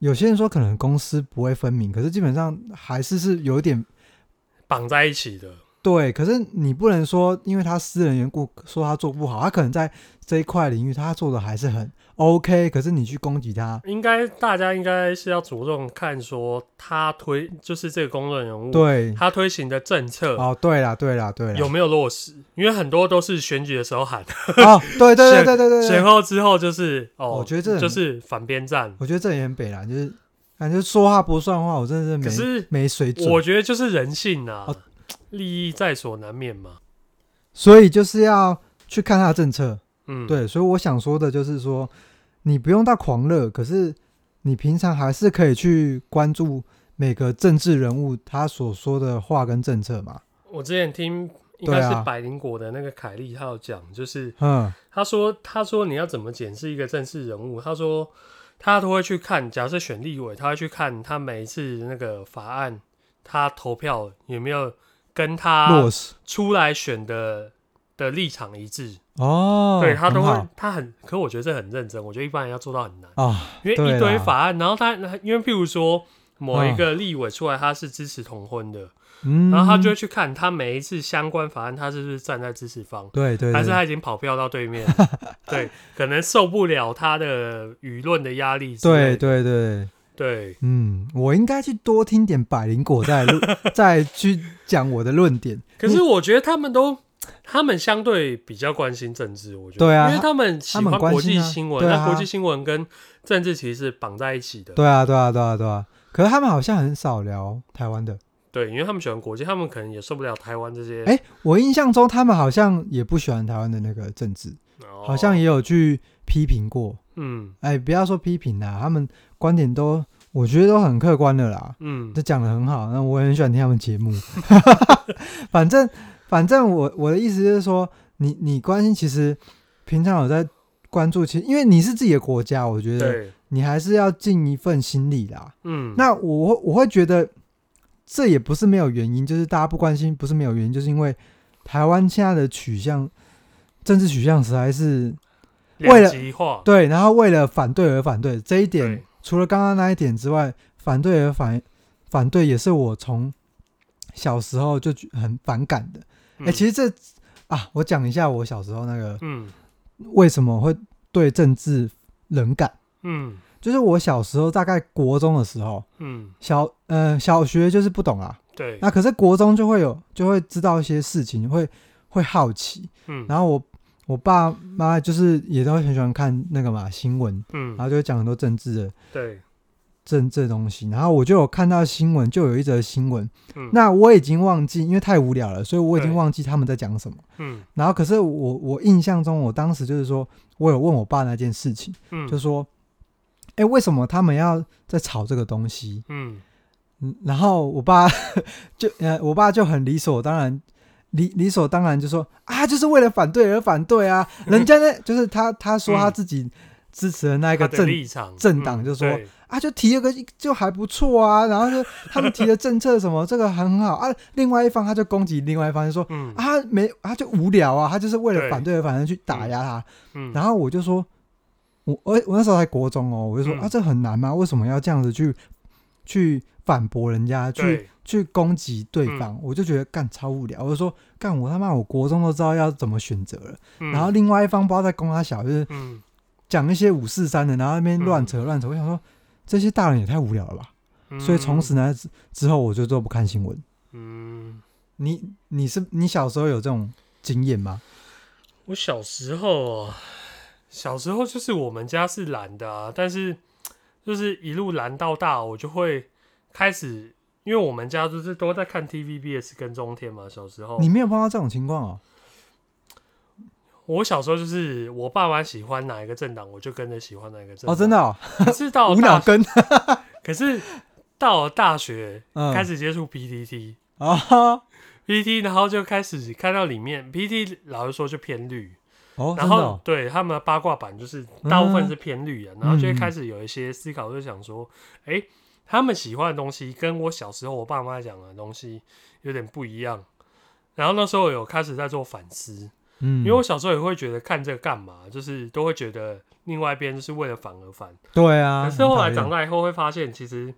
Speaker 1: 有些人说可能公私不会分明，可是基本上还是是有一点
Speaker 2: 绑在一起的。
Speaker 1: 对，可是你不能说因为他私人缘故说他做不好，他可能在这一块领域他做的还是很 OK，可是你去攻击他，
Speaker 2: 应该大家应该是要着重看说他推，就是这个公众人物，
Speaker 1: 对，
Speaker 2: 他推行的政策、
Speaker 1: 哦，对啦，对啦，对啦，
Speaker 2: 有没有落实，因为很多都是选举的时候喊，
Speaker 1: 哦，对对对对对对
Speaker 2: 选
Speaker 1: 对，
Speaker 2: 后之后就是哦，
Speaker 1: 我觉得这很
Speaker 2: 就是反边站。
Speaker 1: 我觉得这也很北啦，就是感觉说话不算话，我真的是没
Speaker 2: 可是
Speaker 1: 没水准，
Speaker 2: 我觉得就是人性啊，
Speaker 1: 哦
Speaker 2: 利益在所难免嘛。
Speaker 1: 所以就是要去看他的政策，
Speaker 2: 嗯，，
Speaker 1: 对，所以我想说的就是说，你不用到狂热，可是你平常还是可以去关注每个政治人物他所说的话跟政策嘛。
Speaker 2: 我之前听应该
Speaker 1: 对
Speaker 2: 是
Speaker 1: 啊
Speaker 2: 百灵果的那个凯莉，他有讲，就是
Speaker 1: 嗯，
Speaker 2: 他说：“他说你要怎么检视一个政治人物？他说他都会去看，假设选立委，他会去看他每一次那个法案，他投票有没有跟他
Speaker 1: 落实
Speaker 2: 出来选的的立场一致。
Speaker 1: 哦，
Speaker 2: 对他都
Speaker 1: 很
Speaker 2: 会
Speaker 1: 好，
Speaker 2: 他很，可我觉得这很认真，我觉得一般人要做到很难，
Speaker 1: 啊，
Speaker 2: 因为
Speaker 1: 对
Speaker 2: 一堆
Speaker 1: 啦
Speaker 2: 法案，然后他因为譬如说某一个立委出来，他是支持同婚的，
Speaker 1: 嗯，
Speaker 2: 然后他就会去看他每一次相关法案，他是不是站在支持方。”
Speaker 1: 对对，
Speaker 2: 还是
Speaker 1: 对
Speaker 2: 他已经跑票到 对面，对，可能受不了他的舆论的压力之类
Speaker 1: 对对
Speaker 2: 的。
Speaker 1: 对，
Speaker 2: 对
Speaker 1: 嗯，我应该去多听点百灵果再 录，再去讲我的论点。
Speaker 2: 可是我觉得他们都，他们相对比较关心政治，我觉得，
Speaker 1: 对啊
Speaker 2: 因为他们喜欢
Speaker 1: 他们关
Speaker 2: 国际
Speaker 1: 心啊
Speaker 2: 新闻，
Speaker 1: 对啊
Speaker 2: 那国际新闻跟政治其实是绑在一起的。
Speaker 1: 对啊，对啊，对啊，对啊。可是他们好像很少聊台湾的。
Speaker 2: 对，因为他们喜欢国际，他们可能也受不了台湾这些，
Speaker 1: 哎，我印象中他们好像也不喜欢台湾的那个政治，
Speaker 2: 哦
Speaker 1: 好像也有去批评过。
Speaker 2: 嗯
Speaker 1: 哎，不要说批评啦，他们观点都我觉得都很客观的啦，
Speaker 2: 嗯
Speaker 1: 都讲的很好。那我也很喜欢听他们节目。 反正反正我我的意思就是说，你你关心其实平常有在关注，其实因为你是自己的国家，我觉得
Speaker 2: 对
Speaker 1: 你还是要尽一份心力啦。
Speaker 2: 嗯，
Speaker 1: 那我会我会觉得这也不是没有原因，就是大家不关心不是没有原因，就是因为台湾现在的取向，政治取向实在是为了
Speaker 2: 两极化，
Speaker 1: 对，然后为了反对而反对这一点
Speaker 2: 对，
Speaker 1: 除了刚刚那一点之外，反对而反反对也是我从小时候就觉很反感的。哎、
Speaker 2: 嗯
Speaker 1: 其实这啊，我讲一下我小时候那个
Speaker 2: 嗯
Speaker 1: 为什么会对政治冷感，
Speaker 2: 嗯
Speaker 1: 就是我小时候大概国中的时候，
Speaker 2: 嗯，
Speaker 1: 小呃小学就是不懂啊，
Speaker 2: 对，
Speaker 1: 那可是国中就会有，就会知道一些事情，会会好奇。
Speaker 2: 嗯
Speaker 1: 然后我我爸妈就是也都很喜欢看那个嘛新闻，然
Speaker 2: 嗯，
Speaker 1: 后就会讲很多政治的
Speaker 2: 对，
Speaker 1: 政治的东西。然后我就有看到新闻，就有一则新闻，
Speaker 2: 嗯
Speaker 1: 那我已经忘记，因为太无聊了，所以我已经
Speaker 2: 对
Speaker 1: 忘记他们在讲什么。
Speaker 2: 嗯
Speaker 1: 然后可是我我印象中，我当时就是说我有问我爸那件事情，
Speaker 2: 嗯，
Speaker 1: 就说，哎、为什么他们要在吵这个东西？
Speaker 2: 嗯
Speaker 1: 嗯，然后我爸 就呃，我爸就很理所当然，理理所当然就说啊，就是为了反对而反对啊，人家呢，就是他他说他自己支持的那一
Speaker 2: 嗯他
Speaker 1: 个
Speaker 2: 的
Speaker 1: 政、
Speaker 2: 立场
Speaker 1: 政党就说，
Speaker 2: 嗯
Speaker 1: 啊，就提了个就还不错啊，然后就他们提的政策什么这个很好啊，另外一方他就攻击另外一方，就说
Speaker 2: 对嗯
Speaker 1: 啊没他就无聊啊，他就是为了
Speaker 2: 对
Speaker 1: 反对而反对去打压他，
Speaker 2: 嗯，
Speaker 1: 然后我就说，我我我那时候才国中哦，我就说、
Speaker 2: 嗯
Speaker 1: 啊，这很难吗？为什么要这样子去去反驳人家，去
Speaker 2: 对嗯
Speaker 1: 去攻击对方？我就觉得干超无聊。我就说干我他妈，我国中都知道要怎么选择了。
Speaker 2: 嗯
Speaker 1: 然后另外一方不知道在攻他小，就是
Speaker 2: 嗯
Speaker 1: 讲一些五四三的，然后那边
Speaker 2: 嗯
Speaker 1: 乱扯乱扯。我想说这些大人也太无聊了吧。
Speaker 2: 嗯，
Speaker 1: 所以从此呢之之后，我就都不看新闻。
Speaker 2: 嗯，
Speaker 1: 你你是你小时候有这种经验吗？
Speaker 2: 我小时候啊，小时候就是我们家是懒的啊，但是就是一路懒到大，我就会开始，因为我们家就是都在看 TVBS 跟中天嘛，小时候
Speaker 1: 你没有碰到这种情况哦。
Speaker 2: 我小时候就是我爸妈喜欢哪一个政党，我就跟着喜欢哪一个政党。
Speaker 1: 哦，真的、哦，
Speaker 2: 可是到
Speaker 1: 无脑
Speaker 2: 大，
Speaker 1: 跟，
Speaker 2: 可是到了大学
Speaker 1: 嗯，
Speaker 2: 开始接触 PTT，PTT，、
Speaker 1: 哦
Speaker 2: PTT 然后就开始看到里面 PTT，老实说就偏绿，
Speaker 1: 哦，
Speaker 2: 然
Speaker 1: 真
Speaker 2: 后、
Speaker 1: 的哦
Speaker 2: 对他们的八卦版就是大部分
Speaker 1: 嗯
Speaker 2: 是偏绿啊，然后就会
Speaker 1: 嗯
Speaker 2: 开始有一些思考，就想说，哎、他们喜欢的东西跟我小时候我爸妈讲的东西有点不一样。然后那时候有开始在做反思，
Speaker 1: 嗯，
Speaker 2: 因为我小时候也会觉得看这个干嘛，就是都会觉得另外一边就是为了反而反。
Speaker 1: 对啊，
Speaker 2: 可是后来
Speaker 1: 很讨厌
Speaker 2: 长大以后会发现，其实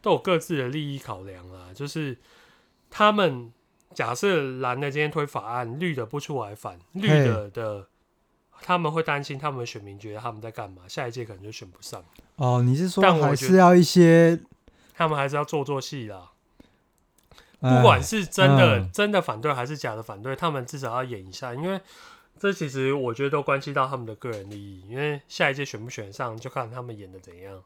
Speaker 2: 都有各自的利益考量啦。就是他们假设蓝的今天推法案，绿的不出来反，绿的的他们会担心他们选民觉得他们在干嘛，下一届可能就选不上，
Speaker 1: 哦，你是说
Speaker 2: 但我
Speaker 1: 还
Speaker 2: 觉
Speaker 1: 是
Speaker 2: 得
Speaker 1: 要一些，
Speaker 2: 他们还是要做做戏啦。
Speaker 1: 呃
Speaker 2: 不管是真的、
Speaker 1: 嗯
Speaker 2: 真的反对还是假的反对，他们至少要演一下，因为这其实我觉得都关系到他们的个人利益，因为下一届选不选上就看他们演的怎 样，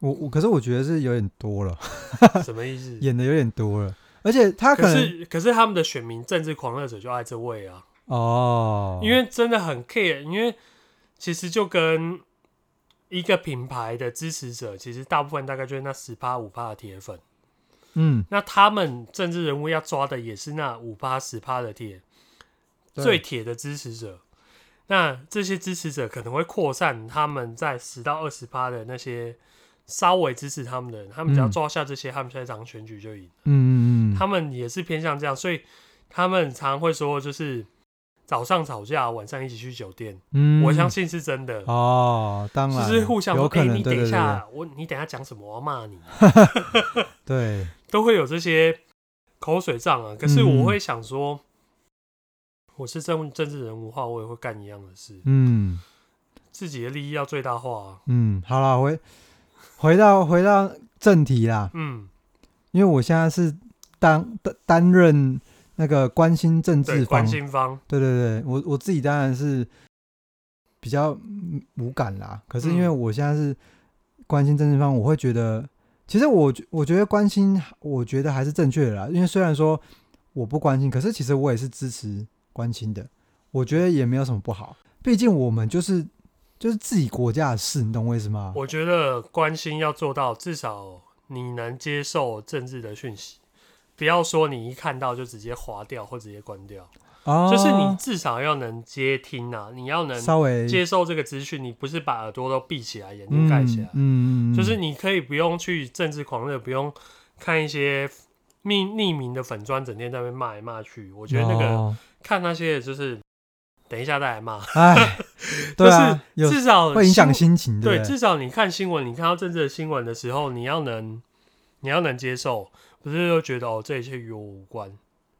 Speaker 1: 我我，可是我觉得是有点多了，
Speaker 2: 什么意思？
Speaker 1: 演的有点多了，而且他
Speaker 2: 可
Speaker 1: 可能
Speaker 2: 是可是他们的选民政治狂热者就爱这位啊，
Speaker 1: 哦，
Speaker 2: 因为真的很 care，因为其实就跟一个品牌的支持者，其实大部分大概就是那十趴五趴的铁粉，
Speaker 1: 嗯，
Speaker 2: 那他们政治人物要抓的也是那五趴十趴的铁
Speaker 1: 对
Speaker 2: 最铁的支持者。那这些支持者可能会扩散他们在十到二十趴的那些稍微支持他们的人，他们只要
Speaker 1: 嗯
Speaker 2: 抓下这些，他们下一场选举就赢。
Speaker 1: 嗯嗯嗯，
Speaker 2: 他们也是偏向这样，所以他们常会说，就是早上吵架，晚上一起去酒店。
Speaker 1: 嗯，
Speaker 2: 我相信是真的，
Speaker 1: 哦，当
Speaker 2: 就
Speaker 1: 然
Speaker 2: 是互相说
Speaker 1: 有：“可
Speaker 2: 哎、
Speaker 1: 能
Speaker 2: 你
Speaker 1: 对
Speaker 2: 等一
Speaker 1: 对对
Speaker 2: 下，我你等一下讲什么，我要骂你。
Speaker 1: 对，”
Speaker 2: 都会有这些口水仗啊。可是
Speaker 1: 嗯
Speaker 2: 我会想说，我是政政治人物的话，我也会干一样的事，
Speaker 1: 嗯
Speaker 2: 自己的利益要最大化啊。
Speaker 1: 嗯，好了，回回到回到正题啦，
Speaker 2: 嗯，
Speaker 1: 因为我现在是担担担任那个关心政
Speaker 2: 对，
Speaker 1: 治
Speaker 2: 关
Speaker 1: 方
Speaker 2: 心方，
Speaker 1: 对对对，我我自己当然是比较嗯无感啦。可是因为
Speaker 2: 嗯
Speaker 1: 我现在是关心政治方，我会觉得，其实我觉我觉得关心，我觉得还是正确的啦。因为虽然说我不关心，可是其实我也是支持关心的。我觉得也没有什么不好，毕竟我们就是就是自己国家的事，你懂我意思吗？
Speaker 2: 我觉得关心要做到，至少你能接受政治的讯息，不要说你一看到就直接划掉或直接关掉，
Speaker 1: 哦，
Speaker 2: 就是你至少要能接听啊，你要能
Speaker 1: 稍微
Speaker 2: 接受这个资讯，你不是把耳朵都闭起来，眼睛盖起来，
Speaker 1: 嗯嗯，嗯
Speaker 2: 啊就是你可以不用去政治狂热，不用看一些。匿匿名的粉砖整天在那边骂来骂去，我觉得那个、
Speaker 1: 哦
Speaker 2: 看那些就是，等一下再来骂，
Speaker 1: 哎， 对啊，
Speaker 2: 就
Speaker 1: 有
Speaker 2: 是至少
Speaker 1: 会影响
Speaker 2: 新
Speaker 1: 心情，
Speaker 2: 对，
Speaker 1: 不对
Speaker 2: 至少你看新闻，你看到政治的新闻的时候，你要能，你要能接受，不是就觉得哦，这一切与我无关，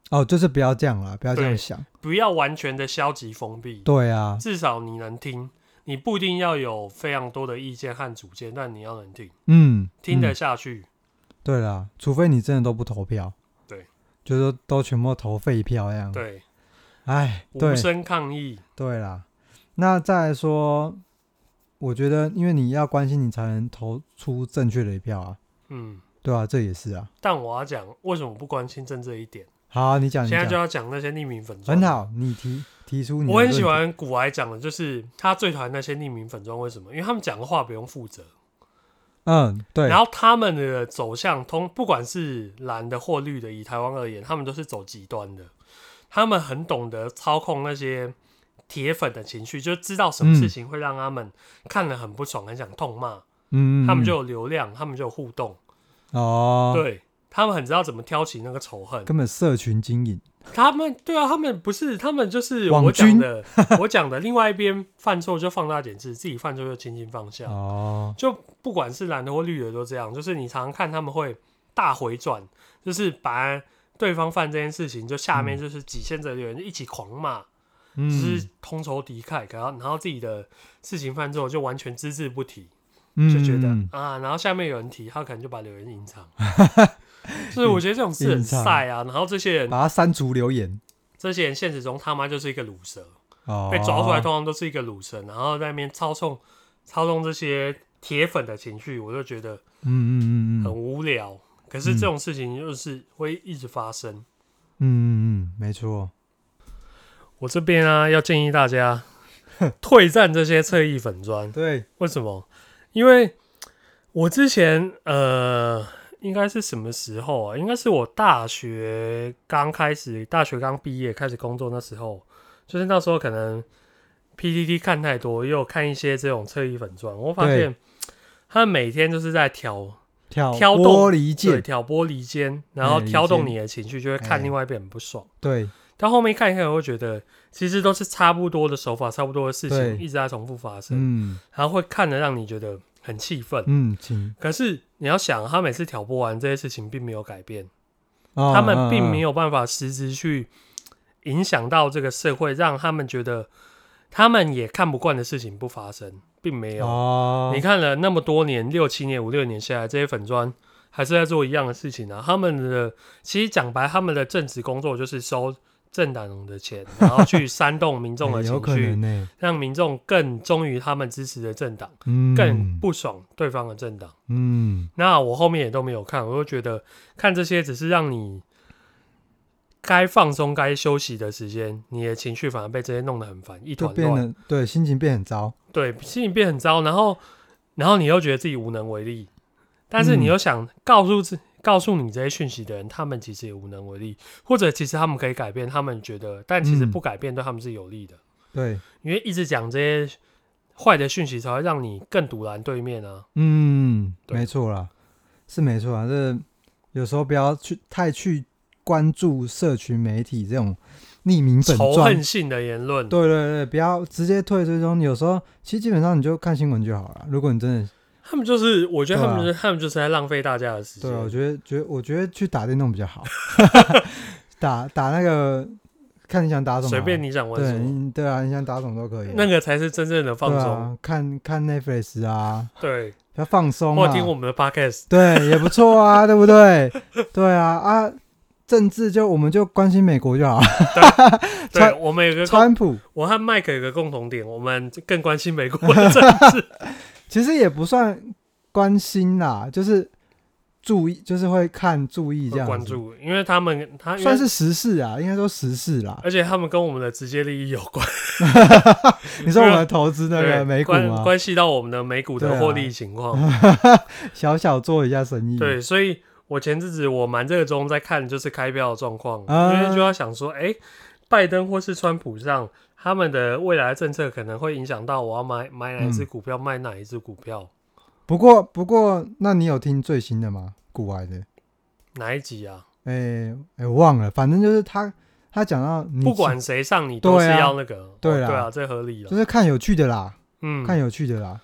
Speaker 1: 哦，就是不要这样啦，不要这样
Speaker 2: 对
Speaker 1: 想。
Speaker 2: 不要完全的消极封闭，
Speaker 1: 对啊，
Speaker 2: 至少你能听，你不一定要有非常多的意见和主见，但你要能听，
Speaker 1: 嗯，
Speaker 2: 听得
Speaker 1: 嗯
Speaker 2: 下去，
Speaker 1: 对啦，除非你真的都不投票，
Speaker 2: 对，
Speaker 1: 就是说都全部投废票那样。，
Speaker 2: 对，
Speaker 1: 哎，嗯对
Speaker 2: 无声抗议，
Speaker 1: 对啦。那再来说，我觉得因为你要关心，你才能投出正确的一票啊，
Speaker 2: 嗯。
Speaker 1: 对啊，这也是啊。
Speaker 2: 但我要讲为什么不关心政治一点，
Speaker 1: 好啊，你讲，你
Speaker 2: 现在就
Speaker 1: 讲，
Speaker 2: 要讲那些匿名粉砖。
Speaker 1: 很，好，你提提出你，
Speaker 2: 我很喜，欢古癌讲的，就是他最讨厌那些匿名粉砖，为什么？因为他们讲的话不用负责，
Speaker 1: 嗯，对，
Speaker 2: 然后他们的走向通，不管是蓝的或绿的，以台湾而言，他们都是走极端的。他们很懂得操控那些铁粉的情绪，就知道什么事情会让他们看了很不爽，很想痛骂。
Speaker 1: 嗯，嗯
Speaker 2: 他
Speaker 1: 嗯
Speaker 2: 们就有流量，他们就有互动，
Speaker 1: 哦，，
Speaker 2: 对他们很知道怎么挑起那个仇恨。
Speaker 1: 根本社群经营，
Speaker 2: 他们对啊，他们不是，他们就是
Speaker 1: 网
Speaker 2: 我讲
Speaker 1: 军
Speaker 2: 的，我讲的。另外一边犯错就放大检视，自己犯错就轻轻放下。
Speaker 1: 哦，
Speaker 2: 就不管是蓝的或绿的都这样，就是你常常看他们会大回转，就是把对方犯这件事情，就下面就是几千则留言一起狂骂，
Speaker 1: 嗯，
Speaker 2: 就是通仇敌忾，然后然后自己的事情犯错就完全只字不提，
Speaker 1: 嗯
Speaker 2: 就觉得、
Speaker 1: 嗯
Speaker 2: 啊，然后下面有人提，他可能就把留言 隐藏。所以我觉得这种事很
Speaker 1: 隐藏
Speaker 2: 晒啊，然后这些人
Speaker 1: 把它删除留言，
Speaker 2: 这些人现实中他妈就是一个卤蛇，
Speaker 1: 哦，
Speaker 2: 被抓出来通常都是一个卤蛇，然后在那边操纵操纵这些铁粉的情绪，我就觉得
Speaker 1: 嗯，嗯嗯嗯
Speaker 2: 很
Speaker 1: 嗯
Speaker 2: 无聊。可是这种事情就是会一直发生。
Speaker 1: 嗯嗯，没错，
Speaker 2: 我这边啊，要建议大家 退战这些侧翼粉砖，
Speaker 1: 对，
Speaker 2: 为什么？因为我之前呃，应该是什么时候啊？应该是我大学刚开始，大学刚毕业开始工作那时候，就是那时候可能 PPT 看太多，也有看一些这种侧翼粉砖，我发
Speaker 1: 对
Speaker 2: 现他们每天就是在挑
Speaker 1: 挑
Speaker 2: 挑动
Speaker 1: 拨离
Speaker 2: 对，
Speaker 1: 间，
Speaker 2: 挑拨离间，然后
Speaker 1: 哎
Speaker 2: 挑动
Speaker 1: 离间
Speaker 2: 你的情绪，就会
Speaker 1: 哎
Speaker 2: 看另外一边很不爽。
Speaker 1: 对，
Speaker 2: 但后面看一看，我会觉得其实都是差不多的手法，差不多的事
Speaker 1: 对
Speaker 2: 情一直在重复发生，
Speaker 1: 嗯
Speaker 2: 然后会看得让你觉得很气愤。
Speaker 1: 嗯，请，
Speaker 2: 可是你要想，他每次挑拨完这些事情并没有改变，
Speaker 1: 他
Speaker 2: 他们并没
Speaker 1: 有，
Speaker 2: 有办法实质去影响到这个社会，让他们觉得他们也看不惯的事情不发生，并没有。
Speaker 1: 哦，
Speaker 2: 你看了那么多年，六七年、五六年下来，这些粉砖还是在做一样的事情啊。他们的其实讲白，他们的正职工作就是收政党的 钱，然后去煽动民众
Speaker 1: 哎
Speaker 2: 的
Speaker 1: 有
Speaker 2: 情
Speaker 1: 可能
Speaker 2: 绪，
Speaker 1: 呢，
Speaker 2: 让民众更忠于他们支持的政党，
Speaker 1: 嗯，
Speaker 2: 更，不爽对方的政党。
Speaker 1: 嗯，
Speaker 2: 那我后面也都没有看，我就觉得看这些只是让你该放松、该休息的时间，你的情绪反而被这些弄得很烦，一
Speaker 1: 就
Speaker 2: 团
Speaker 1: 变
Speaker 2: 乱。
Speaker 1: 得对心情变很糟，
Speaker 2: 对，心情变很糟，然后然后你又觉得自己无能为力，但是你
Speaker 1: 嗯
Speaker 2: 又想告诉自、告诉你这些讯息的人，他们其实也无能为力，或者其实他们可以改变，他们觉得，但其实
Speaker 1: 嗯
Speaker 2: 不改变对他们是有利的，
Speaker 1: 对，
Speaker 2: 因为一直讲这些坏的讯息，才会让你更堵拦对面啊。
Speaker 1: 嗯，
Speaker 2: 对
Speaker 1: 没错啦，是没错啊，这有时候不要去太去关注社群媒体这种匿名粉
Speaker 2: 仇
Speaker 1: 砖
Speaker 2: 恨。性的言论，
Speaker 1: 对对对，不要直接退追踪。有时候其实基本上你就看新闻就好了。如果你真的
Speaker 2: 他们就是，我觉得他们、
Speaker 1: 对啊
Speaker 2: 就是他们就是在浪费大家的时间。
Speaker 1: 对，啊我觉得觉得我觉得去打电动比较 好，打打那个看你想打什么，
Speaker 2: 随便你想玩什
Speaker 1: 对
Speaker 2: 么，
Speaker 1: 你对啊，你想打什么都可以啊，
Speaker 2: 那个才是真正的放
Speaker 1: 对
Speaker 2: 松。
Speaker 1: 啊，看看 Netflix 啊，
Speaker 2: 对，
Speaker 1: 比较放松
Speaker 2: 或
Speaker 1: 啊，
Speaker 2: 听我们的 podcast。
Speaker 1: 对也不错啊，对不对？对啊啊，政治就我们就关心美国就好，
Speaker 2: 对
Speaker 1: 川，
Speaker 2: 我们有个共
Speaker 1: 川普
Speaker 2: 我和麦克有个共同点，我们更关心美 国的政治。
Speaker 1: 其实也不算关心啦，就是注意，就是会看注意这样子
Speaker 2: 关。注，因为他们他
Speaker 1: 算，
Speaker 2: 因为呃
Speaker 1: 是时事啊，应该说时事啦。
Speaker 2: 而且他们跟我们的直接利益有 关，
Speaker 1: 你说我们投资那
Speaker 2: 对
Speaker 1: 个美股
Speaker 2: 关
Speaker 1: 吗？
Speaker 2: 关系到我们的美股
Speaker 1: 对
Speaker 2: 的
Speaker 1: 啊嗯
Speaker 2: 获利情况。
Speaker 1: 小小做一下生意。
Speaker 2: 对，所以我前阵子我蛮热衷在看就是开票的状况，
Speaker 1: 啊
Speaker 2: 因为就要想说，哎，拜登或是川普上他们的未来政策可能会影响到我要买买哪一只
Speaker 1: 嗯
Speaker 2: 股票，卖哪一只股票，
Speaker 1: 不过不过，那你有听最新的吗？古玩的？
Speaker 2: 哪一集啊？
Speaker 1: 哎、哎、我忘了，反正就是他他讲到你
Speaker 2: 不管谁上，你都是
Speaker 1: 嗯对啊
Speaker 2: 要那个，哦
Speaker 1: 对
Speaker 2: 对
Speaker 1: 啦
Speaker 2: 啊，这合理
Speaker 1: 就
Speaker 2: 了。
Speaker 1: 是看有趣的啦，
Speaker 2: 嗯，
Speaker 1: 看有趣的啦。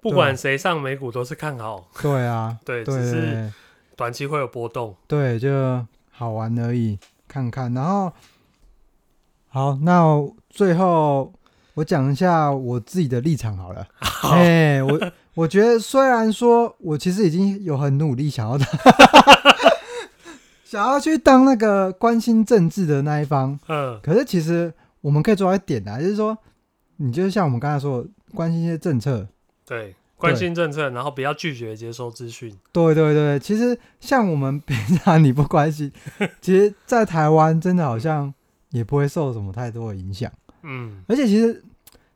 Speaker 2: 不
Speaker 1: 对啊
Speaker 2: 管谁上美股都是看好。
Speaker 1: 对啊，
Speaker 2: 对，
Speaker 1: 对
Speaker 2: 只
Speaker 1: 对
Speaker 2: 是
Speaker 1: 对
Speaker 2: 短期会有波动。
Speaker 1: 对，就好玩而已，看看。然后好，那最后我我讲一下我自己的立场好了。哎、我我觉得虽然说我其实已经有很努力想要当， 想要去当那个关心政治的那一方，
Speaker 2: 嗯
Speaker 1: 可是其实我们可以做到一点啊，就是说，你就像我们刚才说的，关心一些政策，
Speaker 2: 对，关心政策，然后不要拒绝接收资讯。
Speaker 1: 对对对，其实像我们平常你不关心，其实，在台湾真的好像也不会受什么太多的影响。
Speaker 2: 嗯，
Speaker 1: 而且其实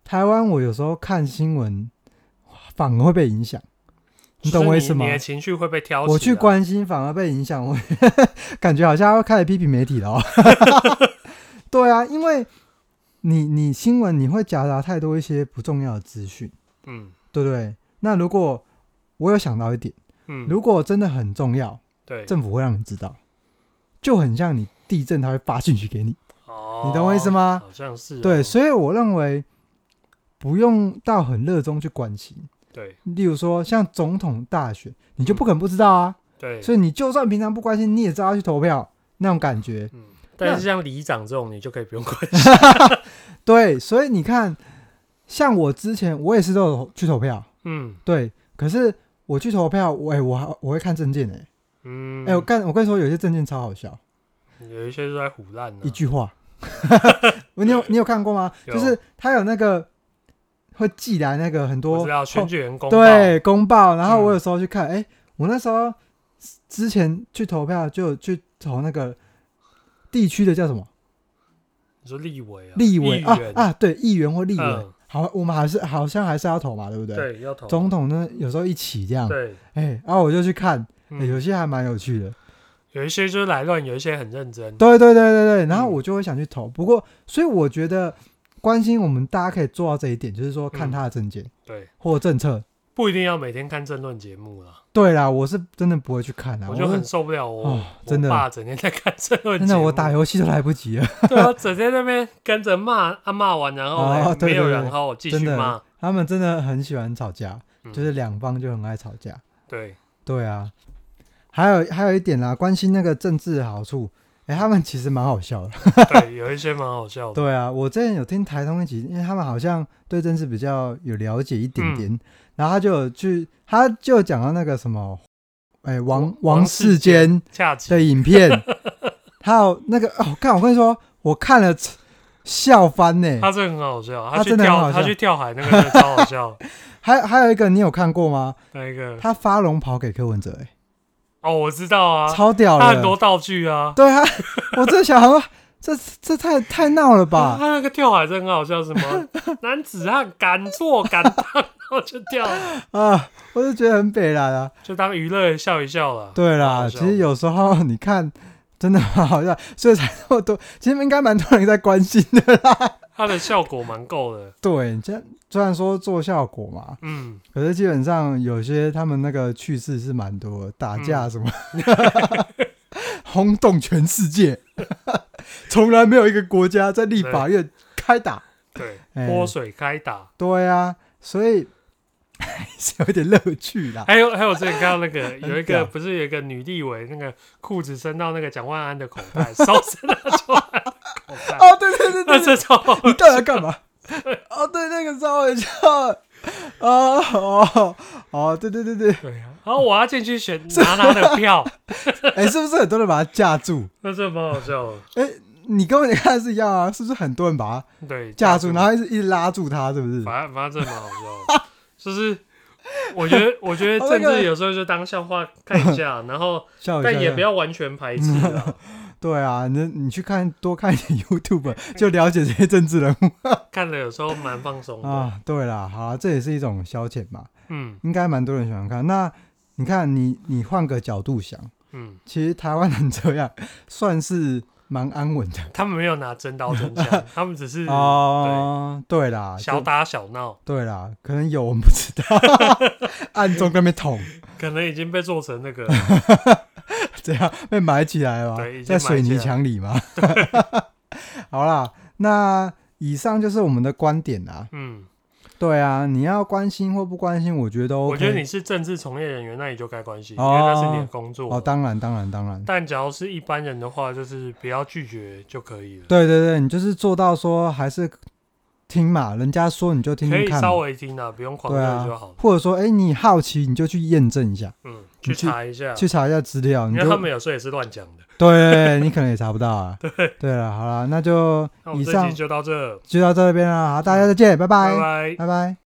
Speaker 1: 台湾，我有时候看新闻反而会被影响，你懂我意思
Speaker 2: 就是
Speaker 1: 吗
Speaker 2: 你你？的情绪会被挑起、啊
Speaker 1: 我去，关心反而被影响，我 感觉好像要开始批评媒体了、哦。 对啊，因为你你新闻你会夹杂太多一些不重要的资讯，
Speaker 2: 嗯
Speaker 1: 对不对？那如果我有想到一点，
Speaker 2: 嗯，
Speaker 1: 如果真的很重要，
Speaker 2: 对，
Speaker 1: 政府会让你知道，就很像你地震，它会发信息给你。
Speaker 2: 哦
Speaker 1: 你懂我意思吗
Speaker 2: 好像是哦、
Speaker 1: 对，所以我认为不用到很热衷去关心。
Speaker 2: 对
Speaker 1: 例如说像总统大选，你就不可能不知道啊，
Speaker 2: 嗯对，
Speaker 1: 所以你就算平常不关心，你也知道要去投票那种感觉。
Speaker 2: 嗯，但是像里长这种，你就可以不用关心。
Speaker 1: 对，所以你看，像我之前我也是都有去投票，
Speaker 2: 嗯
Speaker 1: 对，可是我去投票，我哎、我还我会看证件哎、
Speaker 2: 嗯，
Speaker 1: 哎、我跟我跟你说，有些证件超好笑，
Speaker 2: 有一些是在啊胡乱呢、
Speaker 1: 一句话， 你有你有看过吗？
Speaker 2: 有
Speaker 1: 就是他有那个会寄来那个很
Speaker 2: 我
Speaker 1: 多
Speaker 2: 知道选
Speaker 1: 后
Speaker 2: 举员工
Speaker 1: 对公报，然后我
Speaker 2: 嗯
Speaker 1: 有时候去看，哎、我那时候之前去投票就有去投那个地区的叫什么
Speaker 2: 你说立委啊，
Speaker 1: 立委
Speaker 2: 议
Speaker 1: 啊
Speaker 2: 员
Speaker 1: 啊，对，议员或立委，
Speaker 2: 嗯
Speaker 1: 好，我们还是好像还是要投嘛，对不对？
Speaker 2: 对，要投
Speaker 1: 总统呢有时候一起这样，
Speaker 2: 对，
Speaker 1: 哎、然后我就去看，哎、
Speaker 2: 嗯
Speaker 1: 有些还蛮有趣的，
Speaker 2: 有一些就是来乱，有一些很认真。
Speaker 1: 对对对对对，然后
Speaker 2: 嗯
Speaker 1: 我就会想去投，不过所以我觉得关心我们大家可以做到这一点，就是说看
Speaker 2: 嗯
Speaker 1: 他的证件、
Speaker 2: 对，
Speaker 1: 或政策，
Speaker 2: 不一定要每天看政论节目啦，
Speaker 1: 对啦，我是真的不会去看啦，
Speaker 2: 我就很
Speaker 1: 是
Speaker 2: 受不了我、
Speaker 1: 哦真的
Speaker 2: 我爸整天在看政论节
Speaker 1: 真
Speaker 2: 目，
Speaker 1: 的，我打游戏都来不及了。
Speaker 2: 对啊，整天在那边跟着骂，啊骂完然后、
Speaker 1: 哦
Speaker 2: 哎
Speaker 1: 对
Speaker 2: 没有
Speaker 1: 对
Speaker 2: 然
Speaker 1: 对
Speaker 2: 后继
Speaker 1: 真
Speaker 2: 续
Speaker 1: 的
Speaker 2: 骂，
Speaker 1: 他们真的很喜欢吵架，
Speaker 2: 嗯
Speaker 1: 就是两方就很爱吵架。
Speaker 2: 对，
Speaker 1: 对啊，还有还有一点啦，关心那个政治的好处，哎、他们其实蛮好笑的。
Speaker 2: 对，有一些蛮好笑的。
Speaker 1: 对啊，我之前有听台通一集，因为他们好像对政治比较有了解一点
Speaker 2: 嗯
Speaker 1: 点，然后他就有去，他就有讲到那个什么，哎、王
Speaker 2: 王
Speaker 1: 王世坚
Speaker 2: 恰吉
Speaker 1: 的影 片，还有那个哦，看我跟你说，我看了笑翻呢、
Speaker 2: 他这个很好笑，
Speaker 1: 他
Speaker 2: 去
Speaker 1: 真的很
Speaker 2: 跳
Speaker 1: 好
Speaker 2: 他
Speaker 1: 笑
Speaker 2: 去跳海那个真的超 好笑，
Speaker 1: 还还有一个你有看过吗？
Speaker 2: 那一个
Speaker 1: 他发龙袍给柯文哲、欸，
Speaker 2: 哦我知道啊，
Speaker 1: 超屌
Speaker 2: 他很多
Speaker 1: 的。
Speaker 2: 道具啊，
Speaker 1: 对啊，我真的想说，这这太太闹了
Speaker 2: 嗯他
Speaker 1: 吧？
Speaker 2: 他那个跳海真的很好笑，什么 男子汉敢做敢当，然后就跳，
Speaker 1: 啊，我就觉得很北蓝啊。
Speaker 2: 就当娱乐笑一笑 了。
Speaker 1: 对
Speaker 2: 蛮
Speaker 1: 啦，
Speaker 2: 好
Speaker 1: 其
Speaker 2: 笑
Speaker 1: 实有时候你看，真的蛮好笑，所以才那么多。其实应该蛮多人在关心的 啦。
Speaker 2: 它的效果蛮够的，
Speaker 1: 对，这虽然说做效果嘛，
Speaker 2: 嗯，
Speaker 1: 可是基本上有些他们那个趣事是蛮多的，打架 什么，轰动全世界，从来没有一个国家在立法院开打。
Speaker 2: 对，
Speaker 1: 哎
Speaker 2: 泼水开打，
Speaker 1: 对啊，所以 还是有点乐趣 啦。
Speaker 2: 还有还有之前看到 那个
Speaker 1: 屌
Speaker 2: 有一个不是有一个女立委，那个裤子伸到那个蒋万安的口袋，手伸到蒋万安的口袋，
Speaker 1: 哦，对对对
Speaker 2: 那
Speaker 1: 对，
Speaker 2: 这超好
Speaker 1: 你到底要干嘛？ 哦，对，那个稍微笑了。哦哦哦，对对对对，
Speaker 2: 对啊，然后我要进去选拿他的票，
Speaker 1: 哎，是不是很多人把它架住？
Speaker 2: 那这蛮好笑的。
Speaker 1: 哎，你跟我你看的是一样啊，是不是很多人把它
Speaker 2: 对，
Speaker 1: 架住，然后一直一直拉住它，是不是？
Speaker 2: 反正反正这蛮好笑的，就是我觉得我觉得
Speaker 1: 哦
Speaker 2: 政
Speaker 1: 那个
Speaker 2: 治有时候就当笑话看一下，然后
Speaker 1: 笑一下，
Speaker 2: 但也
Speaker 1: 笑一
Speaker 2: 不
Speaker 1: 下
Speaker 2: 要完全排斥 啊，
Speaker 1: 对啊，你你去看多看一点 YouTube，就了解这些政治人物
Speaker 2: 看了有时候蛮放 松的。
Speaker 1: 啊。对啦，好啦，这也是一种消遣嘛，
Speaker 2: 嗯
Speaker 1: 应该蛮多人喜欢看。那你看，你你换个角度想，
Speaker 2: 嗯，
Speaker 1: 其实台湾人这样算是蛮安稳的
Speaker 2: 他们没有拿真刀 真枪，他们只是
Speaker 1: 哦。对啦，
Speaker 2: 嗯小
Speaker 1: 就
Speaker 2: 打小闹，
Speaker 1: 对啦，可能有我们不知道，暗中在那边捅，
Speaker 2: 可能已经被做成 那个
Speaker 1: 这样被埋起来了
Speaker 2: 对已
Speaker 1: 嘛，在
Speaker 2: 经
Speaker 1: 水泥墙里嘛。 好啦，那以上就是我们的观点啦。
Speaker 2: 嗯，
Speaker 1: 对啊，你要关心或不关心，我觉得都 OK。
Speaker 2: 我觉得你是政治从业人员，那你就该关心，因
Speaker 1: 哦
Speaker 2: 为那是你的工作。
Speaker 1: 哦，当然，当然，当然，
Speaker 2: 但假如是一般人的话，就是不要拒绝就可以了。
Speaker 1: 对对对，你就是做到说还是听嘛，人家说你就听
Speaker 2: 可
Speaker 1: 听
Speaker 2: 以
Speaker 1: 看
Speaker 2: 稍
Speaker 1: 嘛，
Speaker 2: 微听啊，不用狂
Speaker 1: 对
Speaker 2: 热
Speaker 1: 啊
Speaker 2: 就好了。
Speaker 1: 或者说，哎、你好奇你就去验证一下，
Speaker 2: 嗯，去
Speaker 1: 你去
Speaker 2: 查一下，
Speaker 1: 去查一下资料，
Speaker 2: 因
Speaker 1: 你
Speaker 2: 为他
Speaker 1: 就
Speaker 2: 们有时候也是乱讲的。
Speaker 1: 对，你可能也查不到 啊。对，对了，好了，那就
Speaker 2: 那我
Speaker 1: 以
Speaker 2: 们这
Speaker 1: 上
Speaker 2: 集就到这，
Speaker 1: 就到这边了，好，大家再见，拜
Speaker 2: 拜拜。
Speaker 1: 拜拜。